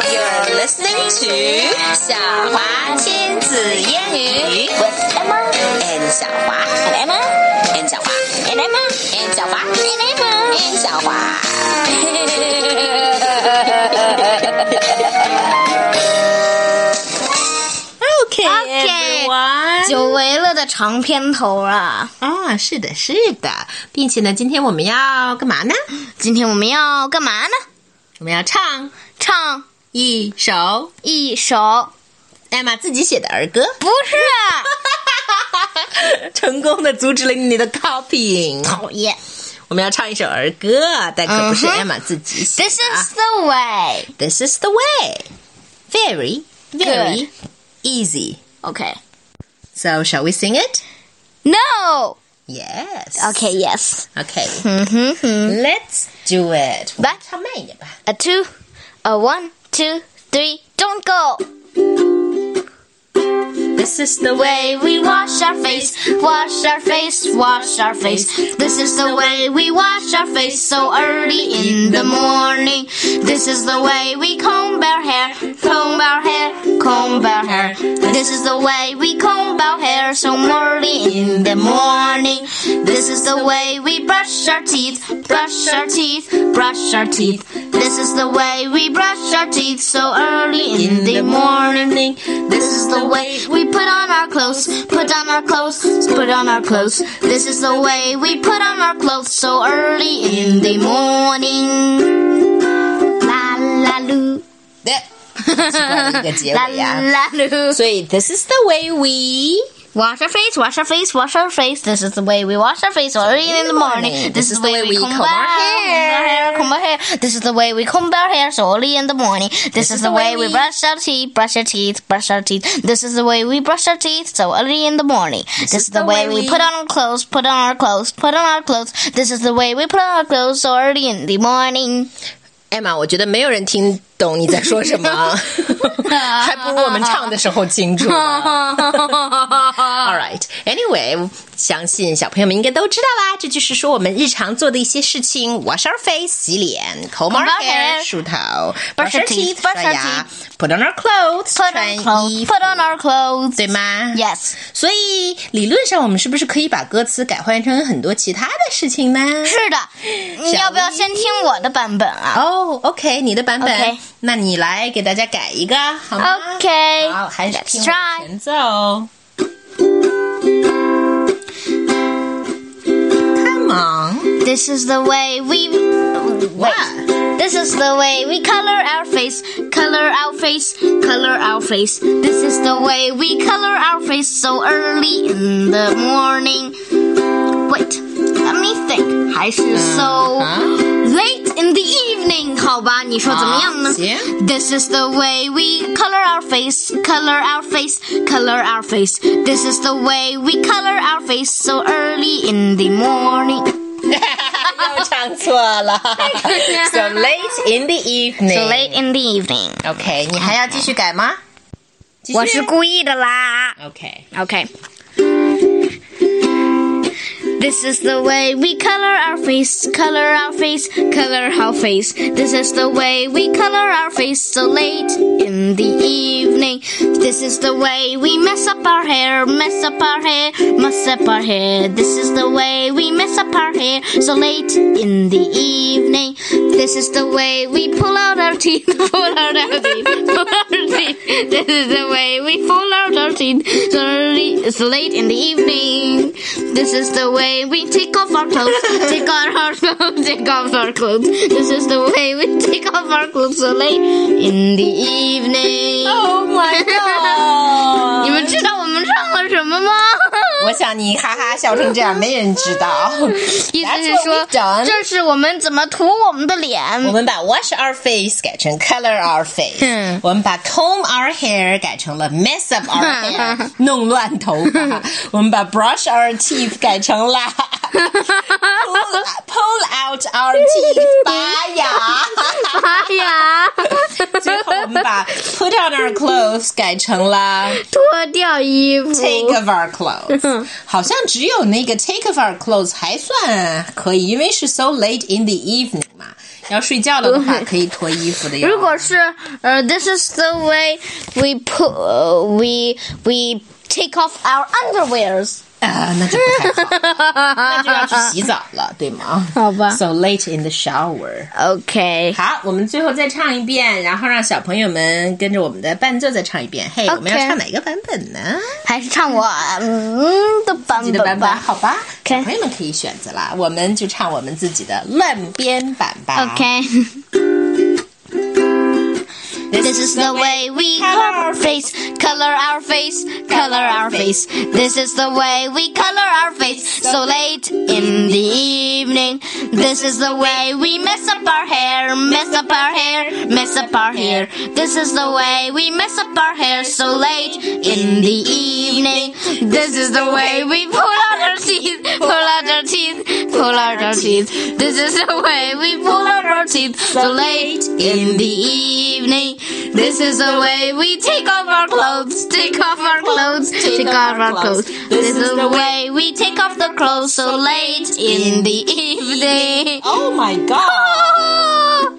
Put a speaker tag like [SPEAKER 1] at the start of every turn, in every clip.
[SPEAKER 1] 学新曲《小华亲子英语》with Emma and 小华 and Emma and 小华 and Emma and 小华 and Emma and 小华。
[SPEAKER 2] Okay,
[SPEAKER 3] OK，
[SPEAKER 2] everyone.
[SPEAKER 3] 久违了的长片头啊！
[SPEAKER 2] 啊，是的，是的，并且呢，今天我们要干嘛呢？
[SPEAKER 3] 今天我们要干嘛呢？
[SPEAKER 2] 我们要唱
[SPEAKER 3] 唱
[SPEAKER 2] 一首
[SPEAKER 3] 一首，
[SPEAKER 2] 艾玛自己写的儿歌，
[SPEAKER 3] 不 是，
[SPEAKER 2] 成功的阻止了你的 copying。
[SPEAKER 3] 讨厌。
[SPEAKER 2] 我们要唱一首儿歌，但可不是
[SPEAKER 3] 嗯哼
[SPEAKER 2] 艾玛自己写
[SPEAKER 3] This
[SPEAKER 2] 的啊。
[SPEAKER 3] is the way.
[SPEAKER 2] This is the way, very, very easy.
[SPEAKER 3] OK.
[SPEAKER 2] So shall we sing it?
[SPEAKER 3] No.
[SPEAKER 2] Yes.
[SPEAKER 3] OK. Yes.
[SPEAKER 2] Okay.
[SPEAKER 3] 嗯哼哼。
[SPEAKER 2] Let's do it. 我们
[SPEAKER 3] 来
[SPEAKER 2] 唱慢一点吧。
[SPEAKER 3] A two, a one, two, three. Don't go.
[SPEAKER 2] This is the way.
[SPEAKER 3] way we wash our face, wash our face, wash our face. This is the way we wash our face so early in the morning. This is the way we comb our hair, comb our hair, comb our hair. This is the way we comb our hair so early in the morning. This is the way we brush our teeth, brush our teeth, brush our teeth. This is the way we brush our teeth so early in the morning. This is the way we put on our clothes, put on our clothes, put on our clothes. This is the way we put on our clothes so early in the morning. La la loo,
[SPEAKER 2] 的一个结
[SPEAKER 3] la
[SPEAKER 2] 尾呀、
[SPEAKER 3] la loo.
[SPEAKER 2] 所以 this is the way we
[SPEAKER 3] Wash our face, wash our face, wash our face. This is the way we wash our face early in the morning. This is the way we comb our hair, comb our hair. This is the way we comb our hair so early in the morning. This is the way we brush our teeth, brush our teeth, brush our teeth. This is the way we brush our teeth so early in the morning. This is the way we put on our clothes, put on our clothes, put on our clothes. This is the way we put on our clothes so early in the morning.
[SPEAKER 2] 艾玛，我觉得没有人听懂你在说什么，还不如我们唱的时候清楚 呢。All
[SPEAKER 3] 啊
[SPEAKER 2] right, anyway，相信小朋友们应该都知道啦。这就是说我们日常做的一些事情：wash our face，洗脸；comb our
[SPEAKER 3] Comb our
[SPEAKER 2] hair，
[SPEAKER 3] hair
[SPEAKER 2] 梳头；brush
[SPEAKER 3] Brush
[SPEAKER 2] our
[SPEAKER 3] our
[SPEAKER 2] teeth，
[SPEAKER 3] teeth，
[SPEAKER 2] 刷
[SPEAKER 3] brush our
[SPEAKER 2] 牙；put on our clothes，
[SPEAKER 3] Put
[SPEAKER 2] 穿
[SPEAKER 3] on
[SPEAKER 2] 衣
[SPEAKER 3] clothes,
[SPEAKER 2] 服，
[SPEAKER 3] put on our clothes.
[SPEAKER 2] 对吗
[SPEAKER 3] Yes.
[SPEAKER 2] 所以理论上，我们是不是可以把歌词改换成很多其他的事情呢？
[SPEAKER 3] 是的，你
[SPEAKER 2] 小
[SPEAKER 3] 要不要
[SPEAKER 2] 丽
[SPEAKER 3] 先听我的版本啊？
[SPEAKER 2] 哦、o k 你的版本
[SPEAKER 3] OK
[SPEAKER 2] 那你来给大家改一个好吗
[SPEAKER 3] OK，
[SPEAKER 2] 好，还是
[SPEAKER 3] let's
[SPEAKER 2] 听我的
[SPEAKER 3] try
[SPEAKER 2] 前奏。Come on，
[SPEAKER 3] This is the way we. Wait. This is the way we color our face, color our face, color our face. This is the way we color our face so early in the morning. Wait, let me think. 还是 so
[SPEAKER 2] 啊
[SPEAKER 3] late in the evening. 好吧，你说怎么样呢
[SPEAKER 2] 好行
[SPEAKER 3] ？This is the way we color our face, color our face, color our face. This is the way we color our face so early in the morning.
[SPEAKER 2] 又唱错 了。so late in the evening。
[SPEAKER 3] So late in the evening.
[SPEAKER 2] OK，你还要继续改吗？继续
[SPEAKER 3] 我是故意的啦。
[SPEAKER 2] OK。
[SPEAKER 3] Okay. This is the way we color our face, color our face, color our face. This is the way we color our face so late in the evening. This is the way we mess up our hair, mess up our hair, mess up our hair. This is the way we mess up our hair so late in the evening. This is the way we pull out our teeth, pull out our teeth, pull out our teeth. This is the way we pull out our teeth so early, it's late in the evening. This is the way we take off our clothes, take off our clothes, take off our clothes. This is the way we take off our clothes so late in the evening.
[SPEAKER 2] Oh my god！
[SPEAKER 3] 你们知道我们唱了什么吗？
[SPEAKER 2] 我想你哈哈笑成这样，没人知道。
[SPEAKER 3] 意思
[SPEAKER 2] That's
[SPEAKER 3] 是
[SPEAKER 2] what
[SPEAKER 3] 说
[SPEAKER 2] we've，done.
[SPEAKER 3] 这是我们怎么涂我们的脸。
[SPEAKER 2] 我们把 wash our face 改成 color our face，、
[SPEAKER 3] 嗯
[SPEAKER 2] 我们把 comb our hair 改成了 mess up our hair，弄乱头发；我们把 brush our teeth 改成了 pull, pull out our teeth，拔牙。
[SPEAKER 3] 哎呀，
[SPEAKER 2] 最后我们把 put on our clothes 改成了
[SPEAKER 3] 脱掉衣服
[SPEAKER 2] take of our clothes，好像只有那个 take of our clothes 还算可以，因为是 so late in the evening 嘛，要睡觉了的话可以脱衣服的哟。
[SPEAKER 3] 如果是呃、t h i s is the way we put、we we take off our underwears。
[SPEAKER 2] 啊，那就不太好，那就要去洗澡了，对吗？
[SPEAKER 3] 好吧
[SPEAKER 2] So late in the shower。
[SPEAKER 3] OK，
[SPEAKER 2] 好，我们最后再唱一遍，然后让小朋友们跟着我们的伴奏再唱一遍。嘿、我们要
[SPEAKER 3] OK
[SPEAKER 2] 唱哪个版本呢？
[SPEAKER 3] 还是唱我嗯的版
[SPEAKER 2] 自己的版
[SPEAKER 3] 本
[SPEAKER 2] 本，
[SPEAKER 3] 吧。
[SPEAKER 2] 好吧
[SPEAKER 3] OK
[SPEAKER 2] 小朋友们可以选择啦。我们就唱我们自己的乱编版吧。
[SPEAKER 3] OK，This is the way we color our face, color our face, color our face. This is the way we color our face so late in the evening. This is the way we mess up our hair, mess up our hair, mess up our hair. This is the way we mess up our hair so late in the evening. This is the way we pull out our teeth, pull out our teeth, pull out our teeth. This is the way we pull out our teeth so late in the evening. This is the way we take off our clothes, take off our clothes, take off our clothes. This is the way we take off the clothes so late in the evening.
[SPEAKER 2] Oh my god!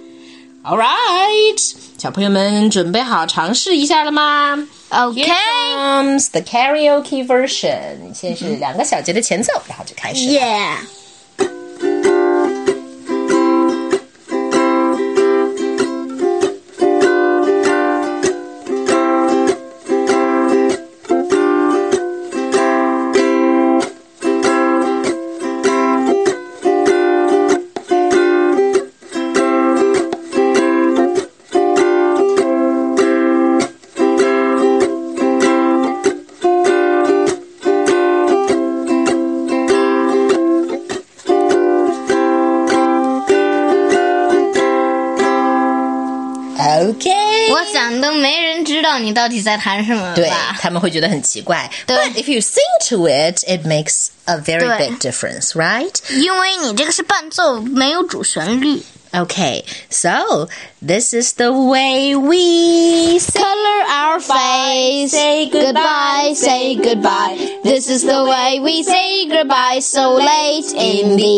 [SPEAKER 2] All right，小朋友们准备好尝试一下了吗
[SPEAKER 3] Okay.
[SPEAKER 2] Here comes the karaoke version。先是两个小节的前奏，然后就开始了。
[SPEAKER 3] Yeah.
[SPEAKER 2] OK，
[SPEAKER 3] 我想都没人知道你到底在弹什么
[SPEAKER 2] 对
[SPEAKER 3] 吧？
[SPEAKER 2] 他们会觉得很奇怪。
[SPEAKER 3] 对
[SPEAKER 2] But if you sing to it, it makes a very
[SPEAKER 3] 对
[SPEAKER 2] big difference, right?
[SPEAKER 3] 因为你这个是伴奏，没有主旋律。
[SPEAKER 2] Okay, so this is the way we sing.
[SPEAKER 3] Color our face,
[SPEAKER 2] say goodbye,
[SPEAKER 3] goodbye, say goodbye. This is the way we say goodbye so late in the